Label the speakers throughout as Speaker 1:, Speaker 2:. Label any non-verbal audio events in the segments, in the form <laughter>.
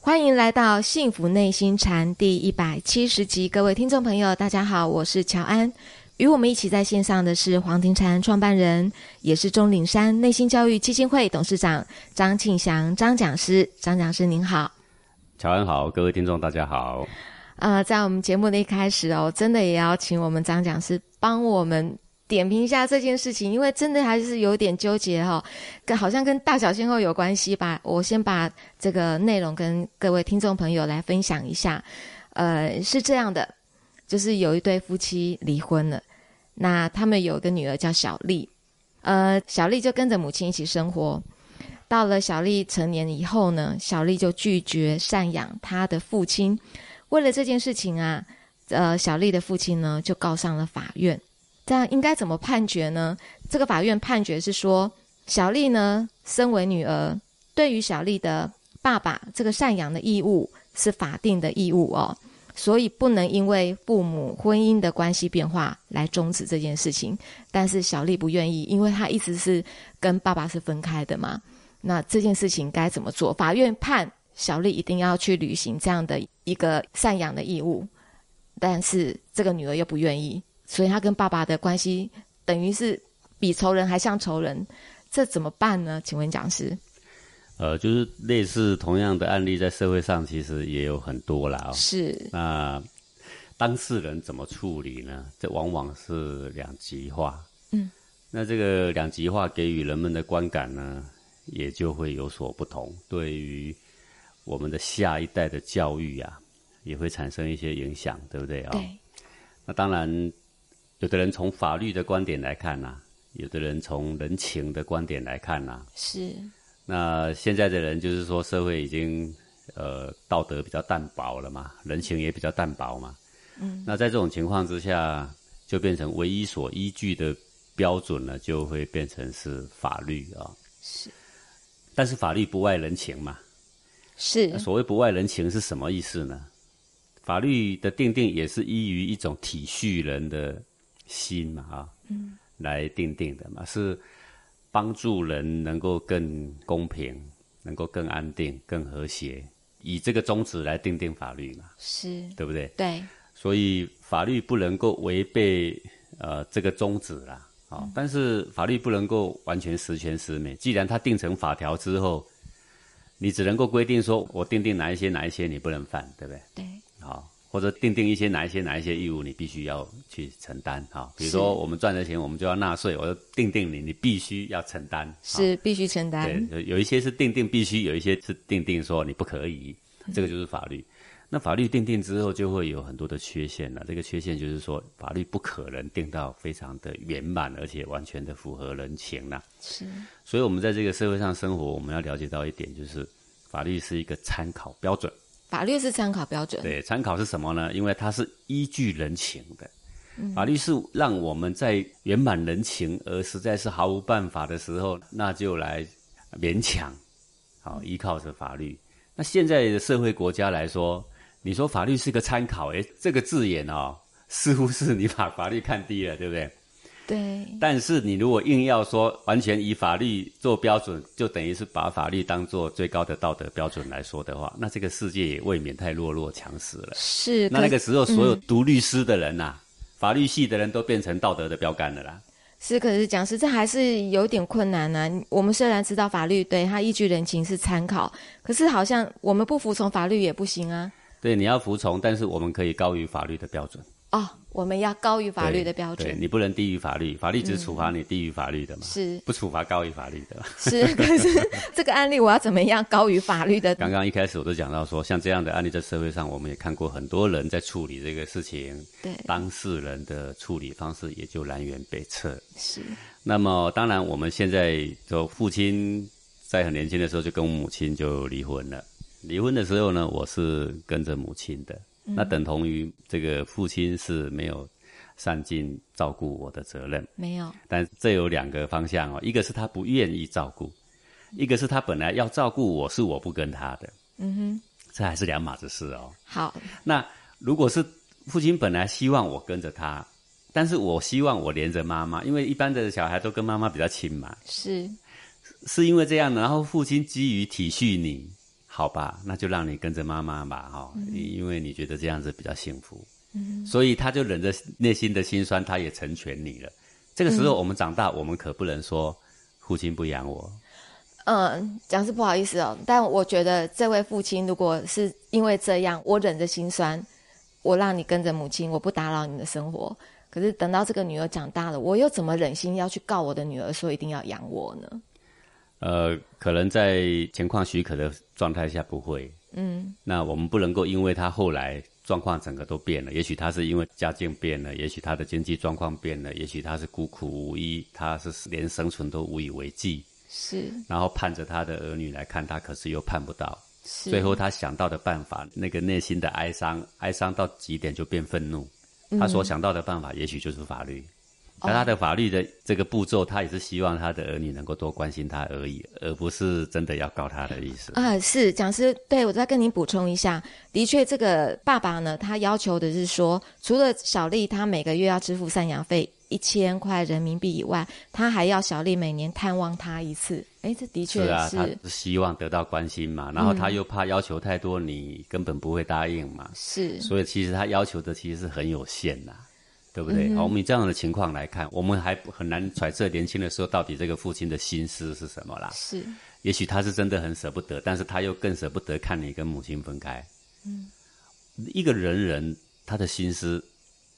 Speaker 1: 欢迎来到《幸福内心禅》第一百七十集，各位听众朋友，大家好，我是乔安。与我们一起在线上的是黄庭禅创办人，也是钟岭山内心教育基金会董事长张庆祥张讲师。张讲师您好，
Speaker 2: 乔安好，各位听众大家好。
Speaker 1: 呃，在我们节目的一开始哦，真的也要请我们张讲师帮我们点评一下这件事情，因为真的还是有点纠结哈、哦，跟好像跟大小先后有关系吧。我先把这个内容跟各位听众朋友来分享一下。呃，是这样的，就是有一对夫妻离婚了，那他们有一个女儿叫小丽，呃，小丽就跟着母亲一起生活。到了小丽成年以后呢，小丽就拒绝赡养她的父亲。为了这件事情啊，呃，小丽的父亲呢就告上了法院。这样应该怎么判决呢？这个法院判决是说，小丽呢身为女儿，对于小丽的爸爸这个赡养的义务是法定的义务哦，所以不能因为父母婚姻的关系变化来终止这件事情。但是小丽不愿意，因为她一直是跟爸爸是分开的嘛。那这件事情该怎么做？法院判小丽一定要去履行这样的一个赡养的义务，但是这个女儿又不愿意，所以她跟爸爸的关系等于是比仇人还像仇人，这怎么办呢？请问讲师？
Speaker 2: 呃，就是类似同样的案例，在社会上其实也有很多啦、哦。
Speaker 1: 是
Speaker 2: 那当事人怎么处理呢？这往往是两极化。
Speaker 1: 嗯，
Speaker 2: 那这个两极化给予人们的观感呢，也就会有所不同。对于我们的下一代的教育啊，也会产生一些影响，对不对啊、
Speaker 1: 对，
Speaker 2: 那当然，有的人从法律的观点来看呐、有的人从人情的观点来看啊呐、
Speaker 1: 是
Speaker 2: 那现在的人就是说，社会已经呃道德比较淡薄了嘛，人情也比较淡薄嘛。嗯，那在这种情况之下，就变成唯一所依据的标准呢，就会变成是法律啊、
Speaker 1: 是
Speaker 2: 但是法律不外人情嘛。
Speaker 1: 是
Speaker 2: 那所谓不外人情是什么意思呢？法律的定定也是依于一种体恤人的心嘛啊，嗯，来定定的嘛，是帮助人能够更公平，能够更安定、更和谐，以这个宗旨来定定法律嘛，
Speaker 1: 是，
Speaker 2: 对不对？
Speaker 1: 对，
Speaker 2: 所以法律不能够违背呃这个宗旨啦，啊、
Speaker 1: 嗯
Speaker 2: 但是法律不能够完全十全十美。既然它定成法条之后，你只能够规定说，我定定哪一些哪一些你不能犯，对不对？
Speaker 1: 对，
Speaker 2: 好、或者定定一些哪一些哪一些义务你必须要去承担，好、比如说
Speaker 1: 是
Speaker 2: 我们赚的钱我们就要纳税，我就定定你，你必须要承担，啊
Speaker 1: 是必须承
Speaker 2: 对
Speaker 1: 担，，
Speaker 2: 有有一些是定定必须，有一些是定定说你不可以，这个就是法律。那法律定定之后，就会有很多的缺陷了。这个缺陷就是说，法律不可能定到非常的圆满，而且完全的符合人情啦。
Speaker 1: 是
Speaker 2: 所以，我们在这个社会上生活，我们要了解到一点，就是法律是一个参考标准。
Speaker 1: 法律是参考标准，
Speaker 2: 对，参考是什么呢？因为它是依据人情的，法律是让我们在圆满人情而实在是毫无办法的时候，那就来勉强，好、依靠着法律。那现在的社会国家来说，你说法律是个参考，诶，这个字眼哦，似乎是你把法律看低了，对不对？
Speaker 1: 对，
Speaker 2: 但是你如果硬要说完全以法律做标准，就等于是把法律当做最高的道德标准来说的话，那这个世界也未免太弱肉强食了。
Speaker 1: 是 <laughs>
Speaker 2: 那
Speaker 1: 可
Speaker 2: 那个时候，所
Speaker 1: 嗯
Speaker 2: 有读律师的人呐、啊法律系的人都变成道德的标杆了啦。
Speaker 1: 是，可是讲师这还是有点困难呢、我们虽然知道法律对它依据人情是参考，可是好像我们不服从法律也不行啊。
Speaker 2: 对，你要服从，但是我们可以高于法律的标准。
Speaker 1: 哦，我们要高于法律
Speaker 2: 对
Speaker 1: 的标
Speaker 2: 对
Speaker 1: 准，嗯
Speaker 2: 你不能低于法律，法律只处罚你低于法律的嘛，
Speaker 1: 是嗯
Speaker 2: 不处罚高于法律的。
Speaker 1: 是。可是 <laughs> 这个案例我要怎么样高于法律的？
Speaker 2: 刚刚一开始我都讲到说，像这样的案例在社会上，我们也看过很多人在处理这个事情，
Speaker 1: 对，
Speaker 2: 当事人的处理方式也就来源被测。
Speaker 1: 是
Speaker 2: 那么，当然我们现在就父亲在很年轻的时候就跟母亲就离婚了。离婚的时候呢，我是跟着母亲的，那等同于这个父亲是没有善尽照顾我的责任。
Speaker 1: 没有
Speaker 2: 但这有两个方向哦，一个是他不愿意照顾，一个是他本来要照顾我，是我不跟他的。嗯哼，这还是两码子事哦。
Speaker 1: 好
Speaker 2: 那如果是父亲本来希望我跟着他，但是我希望我连着妈妈，因为一般的小孩都跟妈妈比较亲嘛，
Speaker 1: 是
Speaker 2: 是因为这样，然后父亲基于体恤你，好吧，那就让你跟着妈妈吧，哈、哦，因为你觉得这样子比较幸福，嗯，所以他就忍着内心的心酸，他也成全你了。这个时候我们长大，我们可不能说父亲不养我，
Speaker 1: 嗯，讲是不好意思哦，但我觉得这位父亲如果是因为这样，我忍着心酸，我让你跟着母亲，我不打扰你的生活。可是等到这个女儿长大了，我又怎么忍心要去告我的女儿说一定要养我呢？
Speaker 2: 呃，可能在情况许可的状态下不会。嗯，那我们不能够因为他后来状况整个都变了，也许他是因为家境变了，也许他的经济状况变了，也许他是孤苦无依，他是连生存都无以为继，
Speaker 1: 是
Speaker 2: 然后盼着他的儿女来看他，可是又盼不到。
Speaker 1: 是，
Speaker 2: 最后他想到的办法，那个内心的哀伤，哀伤到极点就变愤怒。
Speaker 1: 嗯
Speaker 2: 他所想到的办法，也许就是法律。
Speaker 1: 哦
Speaker 2: 那他的法律的这个步骤，他也是希望他的儿女能够多关心他而已，而不是真的要告他的意思。
Speaker 1: 啊、是讲师，对我再跟您补充一下，的确，这个爸爸呢，他要求的是说，除了小丽她每个月要支付赡养费一千块人民币以外，他还要小丽每年探望他一次。哎，这的确
Speaker 2: 是啊，
Speaker 1: 是
Speaker 2: 他是希望得到关心嘛，然后他又怕要求太多，你根本不会答应嘛，
Speaker 1: 是
Speaker 2: 所以其实他要求的其实是很有限呐、对不
Speaker 1: 嗯
Speaker 2: 对？哦好，我们以这样的情况来看，我们还很难揣测年轻的时候到底这个父亲的心思是什么啦。
Speaker 1: 是
Speaker 2: 也许他是真的很舍不得，但是他又更舍不得看你跟母亲分开。嗯，一个人人他的心思，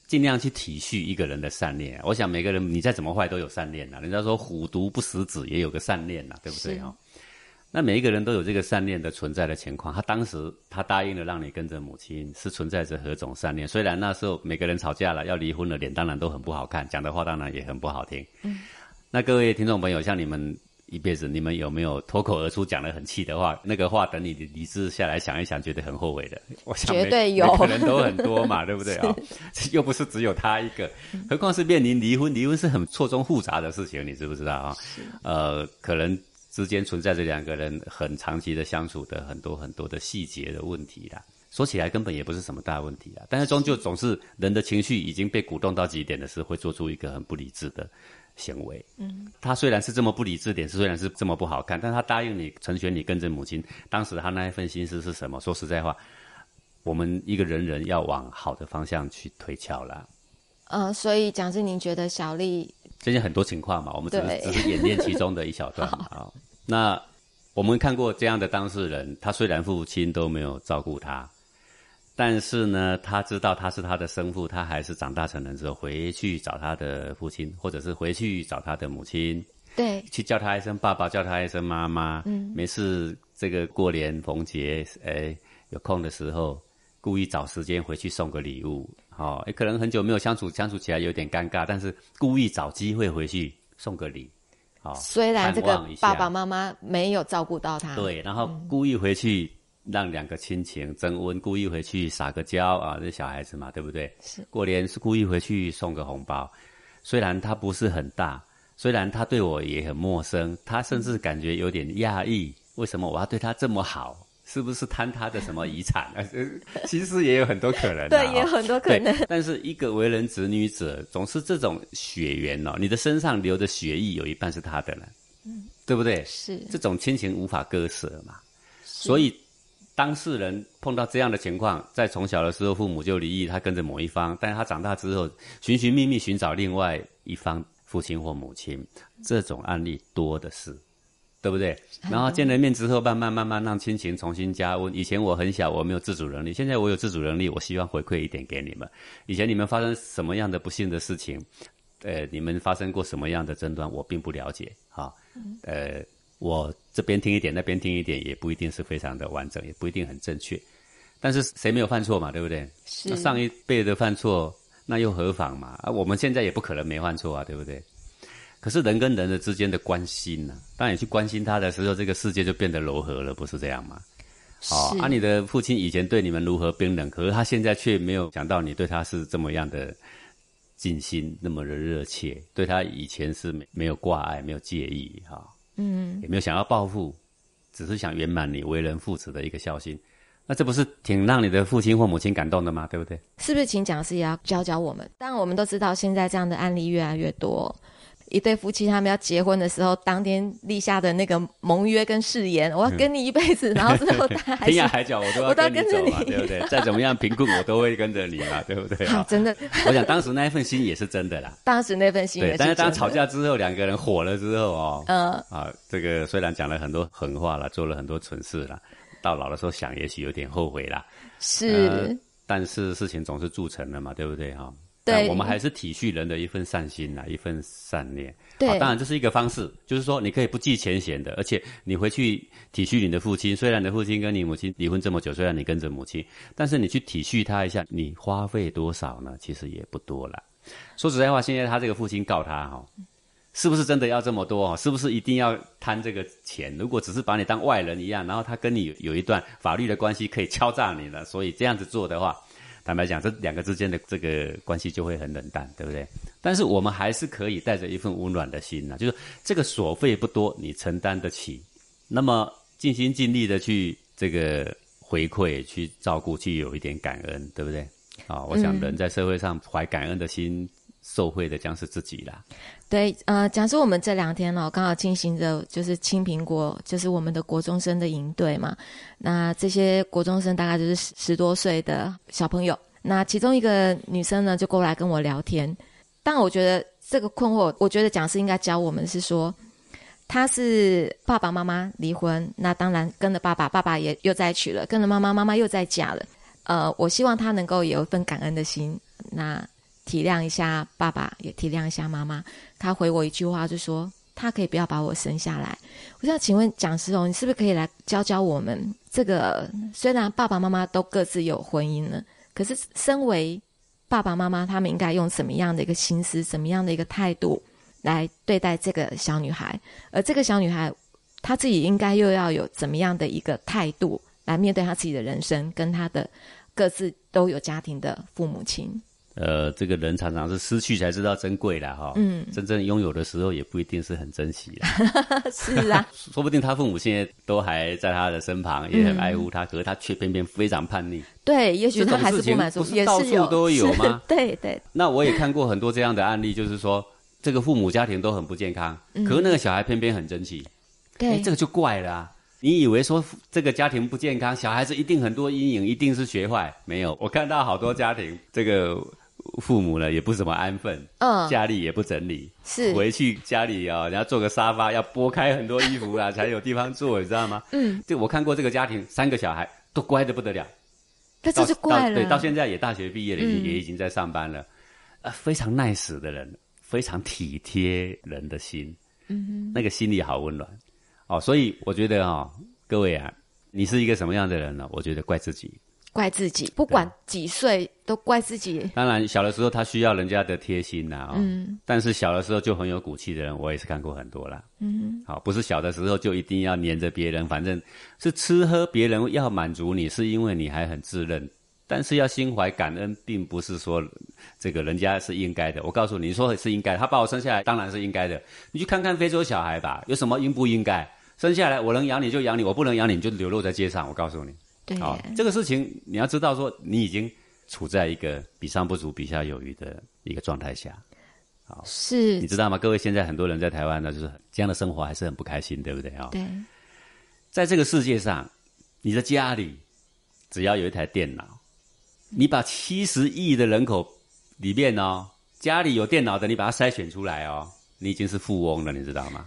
Speaker 2: 尽量去体恤一个人的善念。我想每个人你再怎么坏都有善念呐、啊人家说虎毒不食子，也有个善念呐、对不对
Speaker 1: 是
Speaker 2: 哦？那每一个人都有这个善念的存在的情况，他当时他答应了让你跟着母亲，是存在着何种善念？虽然那时候每个人吵架了，要离婚了，脸当然都很不好看，讲的话当然也很不好听。那各位听众朋友，像你们一辈子，你们有没有脱口而出讲的很气的话？那个话等你理智下来想一想，觉得很后悔
Speaker 1: <laughs>
Speaker 2: 的。我想
Speaker 1: 绝
Speaker 2: 每
Speaker 1: 对有
Speaker 2: 每个人都很多嘛，对
Speaker 1: <laughs>
Speaker 2: 不对啊、又不是只有他一个，何况是面临离婚，离婚是很错综复杂的事情，你知不知道啊、呃，可能之间存在着两个人很长期的相处的很多很多的细节的问题啦。说起来根本也不是什么大问题啦，但是终究总是人的情绪已经被鼓动到极点的时候，会做出一个很不理智的行为。嗯，他虽然是这么不理智点，虽然是这么不好看，但他答应你成全你跟着母亲，当时他那一份心思是什么？说实在话，我们一个人人要往好的方向去推敲啦。
Speaker 1: 呃，所以讲师，您觉得小丽
Speaker 2: 最近很多情况嘛，我们只是
Speaker 1: 对
Speaker 2: 只是演练其中的一小段嘛。啊、那我们看过这样的当事人，他虽然父亲都没有照顾他，但是呢，他知道他是他的生父，他还是长大成人之后回去找他的父亲，或者是回去找他的母亲，
Speaker 1: 对
Speaker 2: 去叫他一声爸爸，叫他一声妈妈。嗯，没事，这个过年逢节，哎，有空的时候，故意找时间回去送个礼物。好、哦，也可能很久没有相处，相处起来有点尴尬，但是故意找机会回去送个礼。好、
Speaker 1: 虽然这
Speaker 2: 盼
Speaker 1: 个
Speaker 2: 望一下
Speaker 1: 爸爸妈妈没有照顾到他，
Speaker 2: 对，然后
Speaker 1: 嗯
Speaker 2: 故意回去让两个亲情增温，故意回去撒个娇啊，这小孩子嘛，对不对？
Speaker 1: 是
Speaker 2: 过年是故意回去送个红包，虽然他不是很大，虽然他对我也很陌生，他甚至感觉有点讶异，为什么我要对他这么好？是不是贪他的什么
Speaker 1: <laughs>
Speaker 2: 遗产？呃呃其实也有很多可能、啊，
Speaker 1: 对，也有
Speaker 2: 哦
Speaker 1: 很多可
Speaker 2: 对，
Speaker 1: 能，
Speaker 2: 但是一个为人子女者，总是这种血缘哦，你的身上流的血液有一半是他的了，嗯，对不对？
Speaker 1: 是
Speaker 2: 这种亲情无法割舍嘛，所以当事人碰到这样的情况，在从小的时候父母就离异，他跟着某一方，但是他长大之后寻寻觅觅寻找另外一方父亲或母亲，这种案例多的是。对不对？然后见了面之后，慢慢慢慢让亲情重新加温。以前我很小，我没有自主能力，现在我有自主能力，我希望回馈一点给你们。以前你们发生什么样的不幸的事情，呃，你们发生过什么样的争端，我并不了解。哈、呃，我这边听一点，那边听一点，也不一定是非常的完整，也不一定很正确。但是谁没有犯错嘛，对不对？
Speaker 1: 是
Speaker 2: 那上一辈的犯错，那又何妨嘛？啊，我们现在也不可能没犯错啊，对不对？可是人跟人的之间的关心呢、当你去关心他的时候，这个世界就变得柔和了，不是这样吗？哦，
Speaker 1: 是
Speaker 2: 啊，你的父亲以前对你们如何冰冷，可是他现在却没有想到你对他是这么样的尽心，那么的热切，对他以前是没没有挂碍，没有介意哈、嗯，也没有想要报复，只是想圆满你为人父子的一个孝心，那这不是挺让你的父亲或母亲感动的吗？对不对？
Speaker 1: 是不是请讲师也要教教我们？当然，我们都知道现在这样的案例越来越多。一对夫妻他们要结婚的时候，当天立下的那个盟约跟誓言，我要跟你一辈子，然后最后他 <laughs> 还
Speaker 2: 嗯 <laughs> 天
Speaker 1: 是
Speaker 2: 涯海角我都
Speaker 1: 我
Speaker 2: 要
Speaker 1: 都要
Speaker 2: 跟你
Speaker 1: 跟着
Speaker 2: 走嘛，
Speaker 1: 你 <laughs>
Speaker 2: 对不对？再怎么样贫困，我都会跟着你嘛，对不对？
Speaker 1: 好
Speaker 2: 啊，
Speaker 1: <laughs> 真的，
Speaker 2: 我想当时那一份心也是真的啦，
Speaker 1: 当时那份心也
Speaker 2: 对。
Speaker 1: 是
Speaker 2: 但是
Speaker 1: 真
Speaker 2: 当
Speaker 1: 的
Speaker 2: 吵，架之后，两个人火了之后哦，
Speaker 1: 呃，
Speaker 2: 啊，这个虽然讲了很多狠话了，做了很多蠢事了，到老的时候想，也许有点后悔啦。呃
Speaker 1: 是，
Speaker 2: 但是事情总是铸成了嘛，对不对哈？
Speaker 1: 对
Speaker 2: 但我们还是体恤人的一份善心呐、一份善念。
Speaker 1: 对
Speaker 2: 啊当然这是一个方式，就是说你可以不计前嫌的，而且你回去体恤你的父亲。虽然你的父亲跟你母亲离婚这么久，虽然你跟着母亲，但是你去体恤他一下，你花费多少呢？其实也不多了。说实在话，现在他这个父亲告他哈、是不是真的要这么多哦？是不是一定要贪这个钱？如果只是把你当外人一样，然后他跟你有有一段法律的关系可以敲诈你了，所以这样子做的话，坦白讲，这两个之间的这个关系就会很冷淡，对不对？但是我们还是可以带着一份温暖的心呐、就是这个所费不多，你承担得起，那么尽心尽力的去这个回馈、去照顾、去有一点感恩，对不对？啊、我想人在社会上怀感恩的心，受惠的将是自己啦。
Speaker 1: 对，呃，讲说我们这两天哦，刚好进行着就是青苹果，就是我们的国中生的营队嘛。那这些国中生大概就是十十多岁的小朋友。那其中一个女生呢，就过来跟我聊天。但我觉得这个困惑，我觉得讲师应该教我们是说，她是爸爸妈妈离婚，那当然跟了爸爸，爸爸也又再娶了，跟了妈妈，妈妈又再嫁了。呃，我希望她能够有一份感恩的心，那体谅一下爸爸，也体谅一下妈妈。他回我一句话，就说他可以不要把我生下来。我想请问蒋师荣，你是不是可以来教教我们这个？虽然爸爸妈妈都各自有婚姻了，可是身为爸爸妈妈，他们应该用什么样的一个心思，怎么样的一个态度来对待这个小女孩？而这个小女孩，她自己应该又要有怎么样的一个态度来面对她自己的人生，跟她的各自都有家庭的父母亲？
Speaker 2: 呃，这个人常常是失去才知道珍贵啦，哈。嗯，真正拥有的时候也不一定是很珍惜啦。
Speaker 1: <laughs> 是啊，
Speaker 2: 说不定他父母现在都还在他的身旁，也很爱护他，可是他却偏偏非常叛逆。
Speaker 1: 对，也许
Speaker 2: 这
Speaker 1: 他
Speaker 2: 种
Speaker 1: 还是
Speaker 2: 事情
Speaker 1: 满足，
Speaker 2: 不是
Speaker 1: 也
Speaker 2: 到
Speaker 1: 是
Speaker 2: 处
Speaker 1: 有
Speaker 2: 都有吗
Speaker 1: 是 <laughs> 对对
Speaker 2: 那我也看过很多这样的案例，就是说这个父母家庭都很不健康，可是那个小孩偏偏很争气，哎、
Speaker 1: 嗯对，
Speaker 2: 这个就怪了、啊。你以为说这个家庭不健康，小孩子一定很多阴影，一定是学坏？没有，我看到好多家庭，这个父母呢也不怎么安分，
Speaker 1: 嗯
Speaker 2: 家里也不整理，
Speaker 1: 是
Speaker 2: 回去家里啊、然后做个沙发，要拨开很多衣服啊，才有地方坐，你知道吗？嗯，这我看过这个家庭，三个小孩都乖的不得了，
Speaker 1: 那这
Speaker 2: 到
Speaker 1: 就怪了。
Speaker 2: 到对，到现在也大学毕业了，已经、
Speaker 1: 嗯
Speaker 2: 也已经在上班了，呃，非常 nice 的人，非常体贴人的心，嗯，那个心里好温暖哦。所以我觉得哦，各位啊，你是一个什么样的人呢？我觉得怪自己。
Speaker 1: 怪自己，不管几岁都怪自己。
Speaker 2: 当然，小的时候他需要人家的贴心呐、哦，嗯，但是小的时候就很有骨气的人，我也是看过很多啦，嗯，好，不是小的时候就一定要黏着别人，反正是吃喝别人要满足你，是因为你还很自认，但是要心怀感恩，并不是说这个人家是应该的。我告诉你，你说是应该，他把我生下来当然是应该的。你去看看非洲小孩吧，有什么应不应该？生下来我能养你就养你，我不能养你你就流落在街上。我告诉你，
Speaker 1: 嗯对，
Speaker 2: 好，这个事情你要知道，说你已经处在一个比上不足、比下有余的一个状态下，你
Speaker 1: 是，
Speaker 2: 知道吗？各位，现在很多人在台湾呢，就是这样的生活还是很不开心，对不对啊、
Speaker 1: 对，
Speaker 2: 在这个世界上，你的家里只要有一台电脑，你把七十亿的人口里面哦，家里有电脑的，你把它筛选出来哦，你已经是富翁了，你知道吗？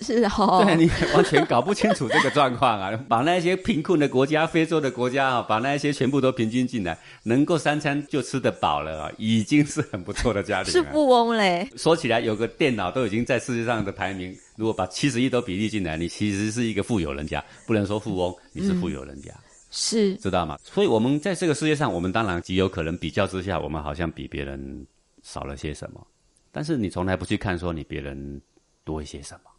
Speaker 1: 是哦，
Speaker 2: <laughs> 对你完全搞不清楚这个状况啊！把那些贫困的国家、非洲的国家啊，把那些全部都平均进来，能够三餐就吃得饱了啊，已经是很不错的家庭
Speaker 1: 是
Speaker 2: 了。
Speaker 1: 富翁嘞，
Speaker 2: 说起来，有个电脑都已经在世界上的排名，如果把七十亿都比例进来，你其实是一个富有人家，不能说富翁，你是富有人
Speaker 1: 嗯
Speaker 2: 家，
Speaker 1: 是
Speaker 2: 知道吗？所以，我们在这个世界上，我们当然极有可能比较之下，我们好像比别人少了些什么，但是你从来不去看说你别人多一些什么。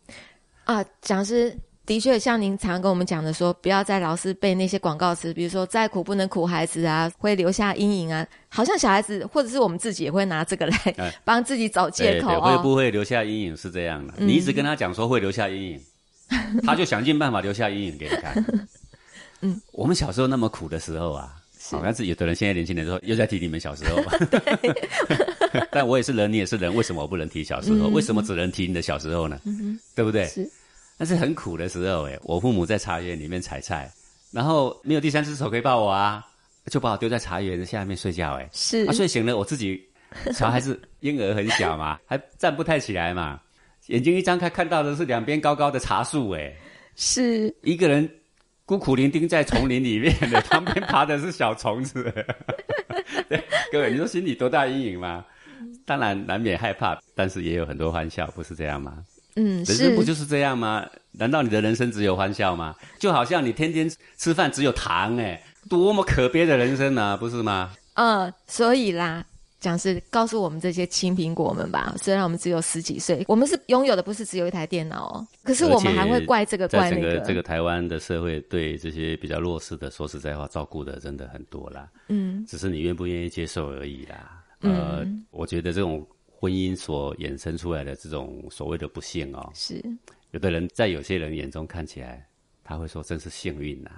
Speaker 1: 啊，讲师。的确，像您常跟我们讲的说，不要再老是被那些广告词，比如说“再苦不能苦孩子”啊，会留下阴影啊。好像小孩子，或者是我们自己也会拿这个来
Speaker 2: 哎
Speaker 1: 帮自己找借
Speaker 2: 对
Speaker 1: 口
Speaker 2: 对，会
Speaker 1: 哦。嗯
Speaker 2: 不会留下阴影是这样的？你一直跟他讲说会留下阴
Speaker 1: <laughs>
Speaker 2: 影，他就想尽办法留下阴影给你看。嗯，我们小时候那么苦的时候啊，好像是有的人现在年轻人说又在提你们小时候， <laughs> 但我也是人，你也是人，为什么我不能提小时候？为什么只能提你的小时候呢？对不对？
Speaker 1: 嗯是
Speaker 2: 但是很苦的时候，哎，我父母在茶园里面采菜，然后没有第三只手可以抱我啊，就把我丢在茶园的下面睡觉，哎，
Speaker 1: 是
Speaker 2: 啊，睡醒了我自己，小孩子婴儿很小嘛，还站不太起来嘛，眼睛一张开看到的是两边高高的茶树，哎，
Speaker 1: 是
Speaker 2: 一个人孤苦伶仃在丛林里面的，旁边爬的是小虫子。 <laughs> 对各位，你说心里多大阴影吗？当然难免害怕，但是也有很多欢笑，不是这样吗？
Speaker 1: 嗯
Speaker 2: 人生
Speaker 1: 是
Speaker 2: 不就是这样吗？难道你的人生只有欢笑吗？就好像你天天吃饭只有糖、哎，多么可悲的人生啊，不是吗？
Speaker 1: 嗯，所以啦，讲是告诉我们这些青苹果们吧，虽然我们只有十几岁，我们是拥有的不是只有一台电脑哦，可是我们还会怪这个
Speaker 2: 在
Speaker 1: 怪
Speaker 2: 整
Speaker 1: 那
Speaker 2: 个这个台湾的社会，对这些比较弱势的，说实在话，照顾的真的很多啦。
Speaker 1: 嗯，
Speaker 2: 只是你愿不愿意接受而已啦。呃，我觉得这种婚姻所衍生出来的这种所谓的不幸哦，
Speaker 1: 是，
Speaker 2: 有的人在有些人眼中看起来，他会说真是幸运呐、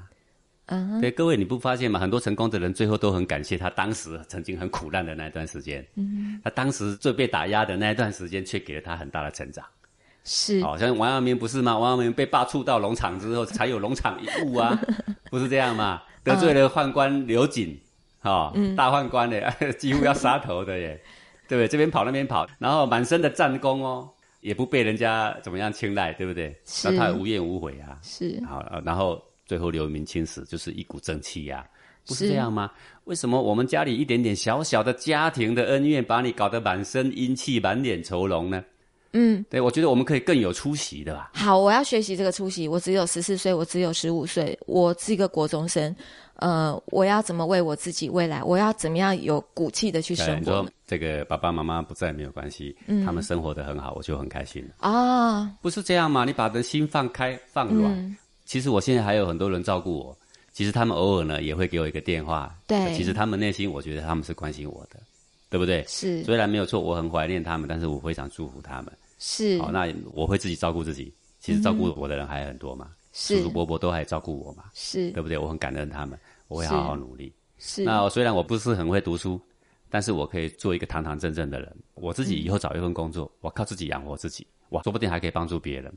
Speaker 1: 嗯哼，
Speaker 2: 对，各位你不发现吗？很多成功的人最后都很感谢他当时曾经很苦难的那一段时间，嗯，他当时最被打压的那一段时间，却给了他很大的成长。
Speaker 1: 是
Speaker 2: 好、哦像王阳明不是吗？王阳明被罢黜到农场之后，才有农场一物
Speaker 1: <laughs>
Speaker 2: 啊，不是这样吗？得罪了宦官刘瑾，哦，
Speaker 1: 嗯
Speaker 2: 大宦官的， <laughs> 几乎要杀头的耶，对不对？这边跑那边跑，然后满身的战功哦，也不被人家怎么样青睐，对不对？
Speaker 1: 是
Speaker 2: 那他也无怨无悔啊。
Speaker 1: 是，
Speaker 2: 好，呃然后最后留名青史，就是一股正气呀、不是
Speaker 1: 是
Speaker 2: 这样吗？为什么我们家里一点点小小的家庭的恩怨，把你搞得满身阴气、满脸愁容呢？
Speaker 1: 嗯，
Speaker 2: 对，我觉得我们可以更有出息的吧。
Speaker 1: 好，我要学习这个出席，我只有十四岁，我只有十五岁，我是一个国中生，呃，我要怎么为我自己未来，我要怎么样有骨气的去
Speaker 2: 对，
Speaker 1: 生
Speaker 2: 哎你
Speaker 1: 活嗯
Speaker 2: 说
Speaker 1: 呢
Speaker 2: 这个爸爸妈妈不在没有关系，他们生活的很好，我就很开心了。
Speaker 1: 啊？
Speaker 2: 不是这样嘛？你把人心放开放软。
Speaker 1: 嗯
Speaker 2: 其实我现在还有很多人照顾我，其实他们偶尔呢也会给我一个电话。
Speaker 1: 对
Speaker 2: 其实他们内心我觉得他们是关心我的，对不对？
Speaker 1: 是
Speaker 2: 虽然没有错，我很怀念他们，但是我非常祝福他们。
Speaker 1: 是
Speaker 2: 好，那我会自己照顾自己。其实照顾我的人还很多嘛，叔
Speaker 1: 嗯是
Speaker 2: 叔伯伯都还照顾我嘛，
Speaker 1: 是
Speaker 2: 对不对？我很感恩他们，我会
Speaker 1: 是
Speaker 2: 好好努力。
Speaker 1: 是
Speaker 2: 那虽然我不是很会读书，但是我可以做一个堂堂正正的人。我自己以后找一份工作，我靠自己养活自己，我说不定还可以帮助别人。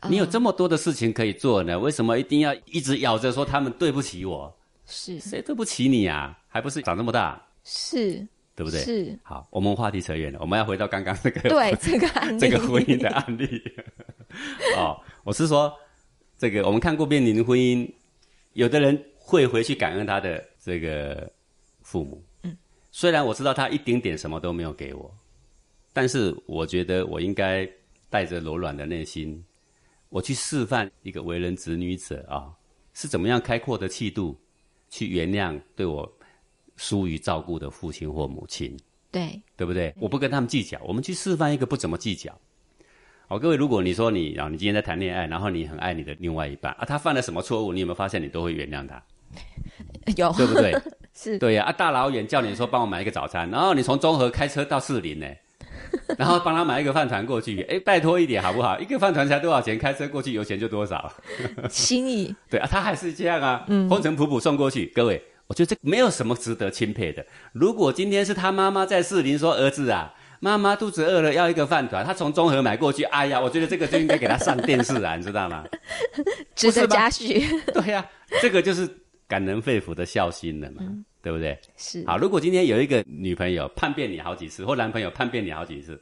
Speaker 1: 啊
Speaker 2: 你有这么多的事情可以做呢，为什么一定要一直咬着说他们对不起我？
Speaker 1: 是
Speaker 2: 谁对不起你啊？还不是长这么大，
Speaker 1: 是，
Speaker 2: 对不对？
Speaker 1: 是
Speaker 2: 好，我们话题扯远了，我们要回到刚刚那个
Speaker 1: 对
Speaker 2: <laughs>
Speaker 1: 这个案例，
Speaker 2: 这个婚姻的案例。 <laughs> 哦，我是说，这个我们看过面临婚姻，有的人会回去感恩他的这个父母。嗯，虽然我知道他一丁点什么都没有给我，但是我觉得我应该带着柔软的内心，我去示范一个为人子女者啊、是怎么样开阔的气度去原谅对我疏于照顾的父亲或母亲。
Speaker 1: <laughs> 对
Speaker 2: 对不对？我不跟他们计较，我们去示范一个不怎么计较。好、各位，如果你说你啊，你今天在谈恋爱，然后你很爱你的另外一半啊，他犯了什么错误，你有没有发现你都会原谅他，
Speaker 1: 有
Speaker 2: 对不对？
Speaker 1: <laughs> 是
Speaker 2: 对呀、啊，大老远叫你说帮我买一个早餐，然哦后你从中和开车到士林呢，然后帮他买一个饭团过去，哎，拜托一点好不好？一个饭团才多少钱？开车过去油钱就多少？
Speaker 1: 心
Speaker 2: <laughs>
Speaker 1: 意
Speaker 2: 对啊，他还是这样啊，风尘仆仆送过去。各位，我觉得这没有什么值得钦佩的。如果今天是他妈妈在士林说：“儿子啊，妈妈肚子饿了，要一个饭团。”他从中和买过去，哎呀，我觉得这个就应该给他上电视啊，你知道吗？
Speaker 1: 值
Speaker 2: 不
Speaker 1: 得
Speaker 2: 是吧
Speaker 1: 嘉许， <laughs>
Speaker 2: 对呀、这个就是感人肺腑的孝心了嘛，对不对？
Speaker 1: 是
Speaker 2: 好，如果今天有一个女朋友叛变你好几次，或男朋友叛变你好几次，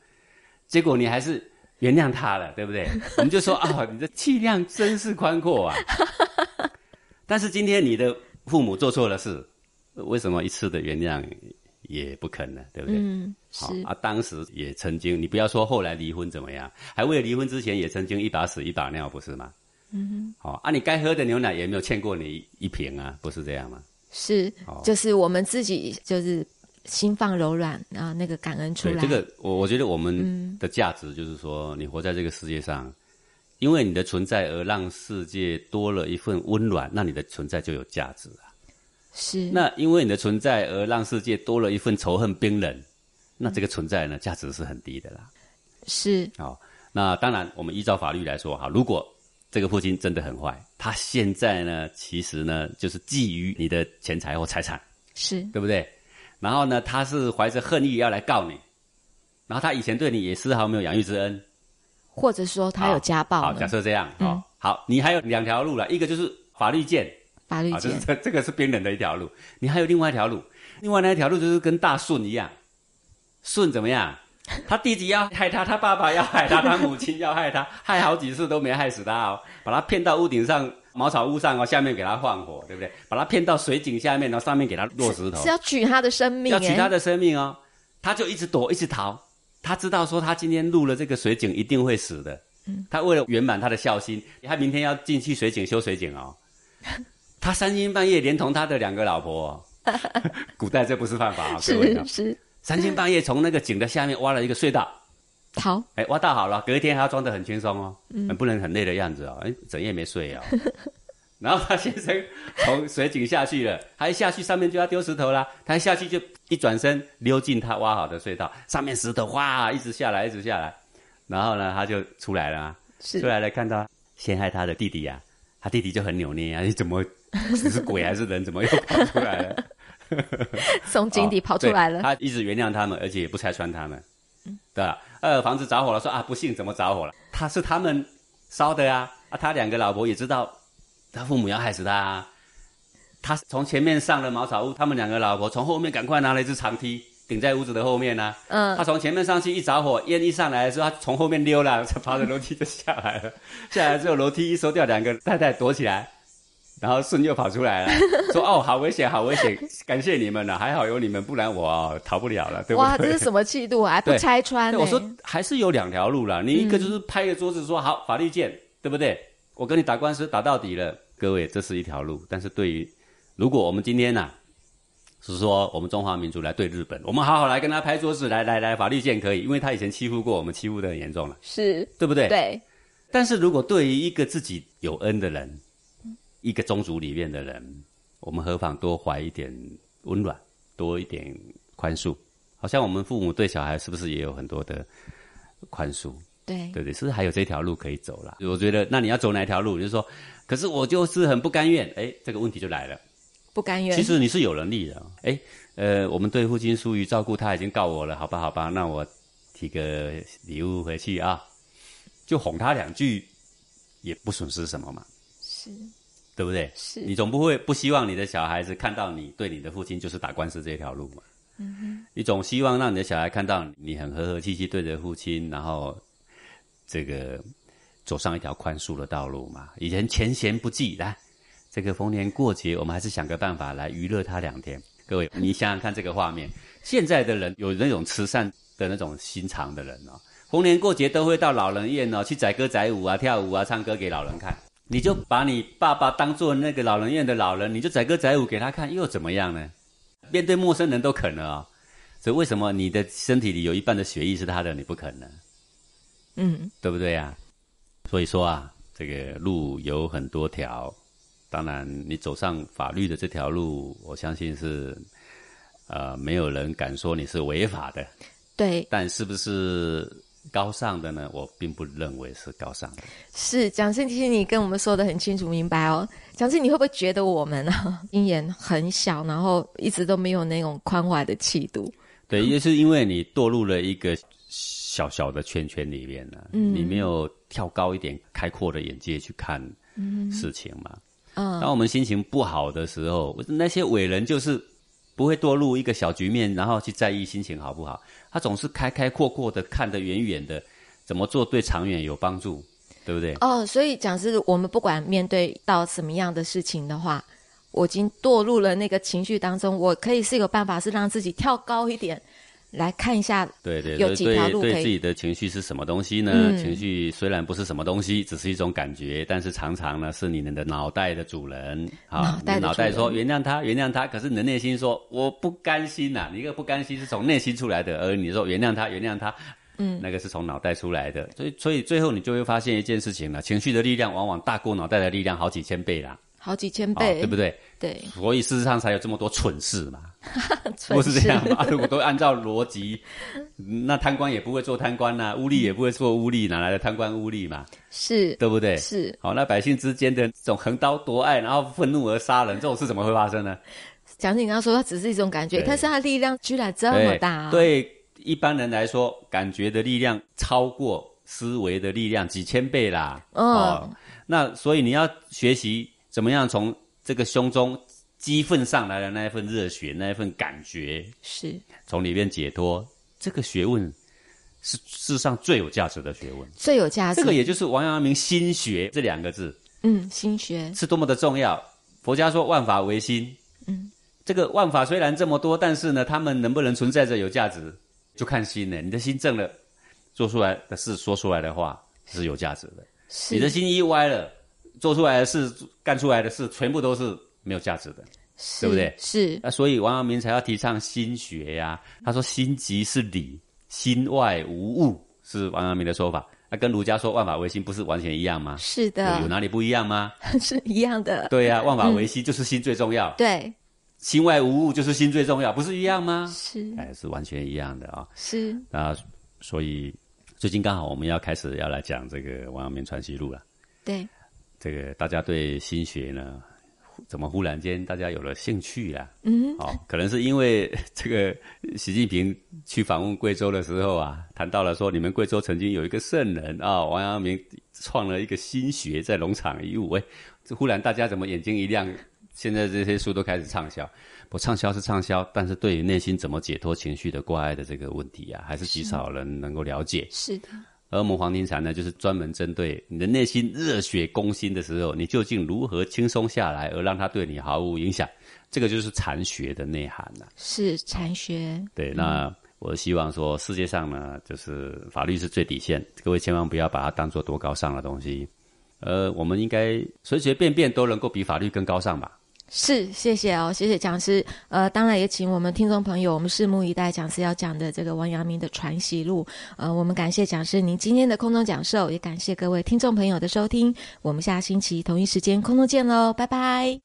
Speaker 2: 结果你还是原谅他了，对
Speaker 1: <laughs>
Speaker 2: 不对？我们就说啊、你的气量真是宽阔啊。 <laughs> 但是今天你的父母做错了事，为什么一次的原谅也不肯呢？对不对？
Speaker 1: 嗯
Speaker 2: 好
Speaker 1: 是
Speaker 2: 啊，当时也曾经，你不要说后来离婚怎么样，还为了离婚之前也曾经一把屎一把尿，不是吗？嗯，好、啊，你该喝的牛奶也没有欠过你一一瓶啊，不是这样吗？
Speaker 1: 是，就是我们自己就是心放柔软啊，那个感恩出
Speaker 2: 对
Speaker 1: 来，
Speaker 2: 这个，我我觉得我们的价值就是说，你活在这个世界上，因为你的存在而让世界多了一份温暖，那你的存在就有价值啊。
Speaker 1: 是
Speaker 2: 那因为你的存在而让世界多了一份仇恨、冰冷，那这个存在呢，价值是很低的啦。
Speaker 1: 是
Speaker 2: 好、那当然，我们依照法律来说，哈，如果这个父亲真的很坏，他现在呢，其实呢，就是觊觎你的钱财或财产，
Speaker 1: 是
Speaker 2: 对不对？然后呢，他是怀着恨意要来告你，然后他以前对你也丝毫没有养育之恩，
Speaker 1: 或者说他有家暴
Speaker 2: 好，
Speaker 1: 呢
Speaker 2: 假设这样，哦，好，你还有两条路了，一个就是法律见，
Speaker 1: 法律
Speaker 2: 啊，就
Speaker 1: 界
Speaker 2: 是这这个是冰冷的一条路，你还有另外一条路，另外那一条路就是跟大顺一样，顺怎么样？他弟弟要害他，他爸爸要害他，他母亲要害他，害好几次都没害死他哦，把他骗到屋顶上茅草屋上哦，下面给他放火，对不对？把他骗到水井下面，然后上面给他落石头，
Speaker 1: 是要取他的生命、
Speaker 2: 要取
Speaker 1: 哎
Speaker 2: 他的生命哦，他就一直躲，一直逃。他知道说他今天入了这个水井一定会死的，他为了圆满他的孝心，他明天要进去水井修水井哦。他三更半夜连同他的两个老婆、哦，古代这不是犯法啊、各位、哦
Speaker 1: 是。是
Speaker 2: 三更半夜从那个井的下面挖了一个隧道，
Speaker 1: 逃，
Speaker 2: 哎，挖到好了，隔一天还要装得很轻松哦，很不能很累的样子哦，哎，整夜没睡哦。 <laughs> 然后他先生从水井下去了，他一下去上面就要丢石头啦，他一下去就一转身溜进他挖好的隧道，上面石头哗一直下来，一直下来，然后呢他就出来了啊，出
Speaker 1: 是
Speaker 2: 来了看到陷害他的弟弟呀、啊，他弟弟就很扭捏啊，你怎么只是鬼还是人，怎么又跑出来了？
Speaker 1: 从井底跑出来了，
Speaker 2: 哦对他一直原谅他们，而且也不拆穿他们。对吧？二房子着火了，说啊，不幸怎么着火了？他是他们烧的呀、啊！他两个老婆也知道他父母要害死他、啊，他从前面上了茅草屋，他们两个老婆从后面赶快拿了一只长梯顶在屋子的后面啊呢、
Speaker 1: 嗯
Speaker 2: 他从前面上去一着火，烟一上来的时候，他从后面溜了，爬着楼梯就下来
Speaker 1: <laughs>
Speaker 2: 了。下来之后，楼梯一收掉，两个太太躲起来，然后顺又跑出来了，说：“哦，好危险，好危险！感谢你们了，还好有你们，不然我、哦、逃不了了，对不对？”
Speaker 1: 哇，这是什么气度啊？还不
Speaker 2: 对
Speaker 1: 拆穿、呢？
Speaker 2: 对，我说还是有两条路啦，你一个就是拍个桌子说、好法律见，对不对？我跟你打官司打到底了，各位这是一条路。但是对于如果我们今天呐、是说我们中华民族来对日本，我们好好来跟他拍桌子，来来来，法律见可以，因为他以前欺负过我们，欺负的很严重了，
Speaker 1: 是，
Speaker 2: 对不对？
Speaker 1: 对，
Speaker 2: 但是如果对于一个自己有恩的人，一个宗族里面的人，我们何妨多怀一点温暖，多一点宽恕？好像我们父母对小孩是不是也有很多的宽恕？
Speaker 1: 对，
Speaker 2: 对对，是不是还有这条路可以走啦？我觉得，那你要走哪一条路？你就说，可是我就是很不甘愿。哎，这个问题就来了。
Speaker 1: 不甘愿。
Speaker 2: 其实你是有能力的。哎，呃，我们对父亲疏于照顾，他已经告我了，好吧，好吧，那我提个礼物回去啊，就哄他两句，也不损失什么嘛，
Speaker 1: 是
Speaker 2: 对不对？
Speaker 1: 是
Speaker 2: 你总不会不希望你的小孩子看到你对你的父亲就是打官司这条路嘛？嗯你总希望让你的小孩看到你很和和气气对着父亲，然后这个走上一条宽恕的道路嘛。以前前嫌不计，来这个逢年过节，我们还是想个办法来娱乐他两天。各位，你想想看这个画面，现在的人有那种慈善的那种心肠的人哦，逢年过节都会到老人院哦去载歌载舞啊、跳舞啊、唱歌给老人看。你就把你爸爸当做那个老人院的老人，你就载歌载舞给他看，又怎么样呢？面对陌生人都肯了啊、所以为什么你的身体里有一半的血液是他的，你不肯呢？
Speaker 1: 嗯，
Speaker 2: 对不对呀、所以说啊，这个路有很多条，当然你走上法律的这条路，我相信是，呃，没有人敢说你是违法的，
Speaker 1: 对，
Speaker 2: 但是不是高尚的呢？我并不认为是高尚的。
Speaker 1: 是蒋胜，其实你跟我们说的很清楚明白哦。蒋胜，你会不会觉得我们啊，鹰眼很小，然后一直都没有那种宽怀的气度？
Speaker 2: 对，也是因为你堕入了一个小小的圈圈里面呢、你没有跳高一点、开阔的眼界去看事情嘛。
Speaker 1: 嗯
Speaker 2: 当我们心情不好的时候，那些伟人就是不会堕入一个小局面，然后去在意心情好不好。他总是开开阔阔的，看得远远的，怎么做对长远有帮助，对不对？
Speaker 1: 哦，所以讲是我们不管面对到什么样的事情的话，我已经堕入了那个情绪当中，我可以是有办法是让自己跳高一点，来看一下，
Speaker 2: 对对，
Speaker 1: 有
Speaker 2: 对
Speaker 1: 几条
Speaker 2: 对
Speaker 1: 路可
Speaker 2: 对
Speaker 1: 以嗯
Speaker 2: 自己的情绪是什么东西呢？情绪虽然不是什么东西，只是一种感觉，但是常常呢是你的脑袋的主
Speaker 1: <laughs>
Speaker 2: 人啊
Speaker 1: 脑，袋的
Speaker 2: 你脑袋
Speaker 1: 主人
Speaker 2: 说原谅他，原谅他，可是你的内心说我不甘心呐、你一个不甘心是从内心出来的，而你说原谅他，原谅他。嗯，那个是从脑袋出来的，所以所以最后你就会发现一件事情了，情绪的力量往往大过脑袋的力量好几千倍啦，
Speaker 1: 好几千
Speaker 2: 啊、
Speaker 1: 倍，
Speaker 2: 对不对？
Speaker 1: 对？
Speaker 2: 所以事实上才有这么多蠢事嘛。
Speaker 1: 蠢 <laughs>
Speaker 2: 不是这样 <laughs> 吗？如果都按照逻辑，嗯那贪官也不会做贪官呐、污吏也不会做污吏，哪来的贪官污吏嘛？
Speaker 1: 是
Speaker 2: 对不对？
Speaker 1: 是，
Speaker 2: 好，那百姓之间的这种横刀夺爱，然后愤怒而杀人，这种事怎么会发生呢？
Speaker 1: 蒋经刚说，它只是一种感觉，
Speaker 2: 对
Speaker 1: 但是它力量居然这么
Speaker 2: 对
Speaker 1: 大、啊。，
Speaker 2: 哎对一般人来说，感觉的力量超过思维的力量几千倍啦。
Speaker 1: 嗯
Speaker 2: 哦，那所以你要学习怎么样从这个胸中激愤上来的那一份热血，那一份感觉，
Speaker 1: 是
Speaker 2: 从里面解脱。这个学问是世上最有价值的学问。
Speaker 1: 最有价值。
Speaker 2: 这个也就是王阳明“心学”这两个字
Speaker 1: 嗯，心学
Speaker 2: 是多么的重要。佛家说万法唯心，嗯，这个万法虽然这么多，但是呢，他们能不能存在着有价值，就看心了。你的心正了，做出来的事、说出来的话是有价值的；
Speaker 1: 是
Speaker 2: 你的心一歪了，做出来的事、干出来的事，全部都是没有价值的。
Speaker 1: 是
Speaker 2: 对不对
Speaker 1: 是
Speaker 2: 啊，所以王阳明才要提倡心学呀、他说心即是理，心外无物，是王阳明的说法。那、跟儒家说万法唯心不是完全一样吗？
Speaker 1: 是啊
Speaker 2: 有有
Speaker 1: 的，
Speaker 2: 哪里不一样吗？
Speaker 1: <laughs> 是一样的。
Speaker 2: 对呀、万法唯心就是心最重要，
Speaker 1: 对，
Speaker 2: 心外无物就是心最重要，不是一样吗？
Speaker 1: 是
Speaker 2: 哎，是完全一样的啊、
Speaker 1: 是
Speaker 2: 那所以最近刚好我们要开始要来讲这个王阳明传习录了。
Speaker 1: 对，
Speaker 2: 这个大家对心学呢，忽怎么忽然间大家有了兴趣啦、
Speaker 1: 嗯，
Speaker 2: 哦，可能是因为这个习近平去访问贵州的时候啊，谈到了说你们贵州曾经有一个圣人啊、王阳明创了一个心学在农场义务，哎，这忽然大家怎么眼睛一亮？现在这些书都开始畅销，不畅销是畅销，但是对于内心怎么解脱情绪的挂碍的这个问题啊，还是极少人能够了解。
Speaker 1: 是的，
Speaker 2: 而我们黄庭禅呢，就是专门针对你的内心热血攻心的时候，你究竟如何轻松下来，而让它对你毫无影响？这个就是禅学的内涵呐、
Speaker 1: 是禅学，
Speaker 2: 对，那我希望说，世界上呢，就是法律是最底线，各位千万不要把它当做多高尚的东西。呃，我们应该随随便便都能够比法律更高尚吧？
Speaker 1: 是，谢谢哦，谢谢讲师。呃，当然也请我们听众朋友，我们拭目以待讲师要讲的这个王阳明的《传习录》。呃，我们感谢讲师您今天的空中讲授，也感谢各位听众朋友的收听。我们下星期同一时间空中见喽，拜拜。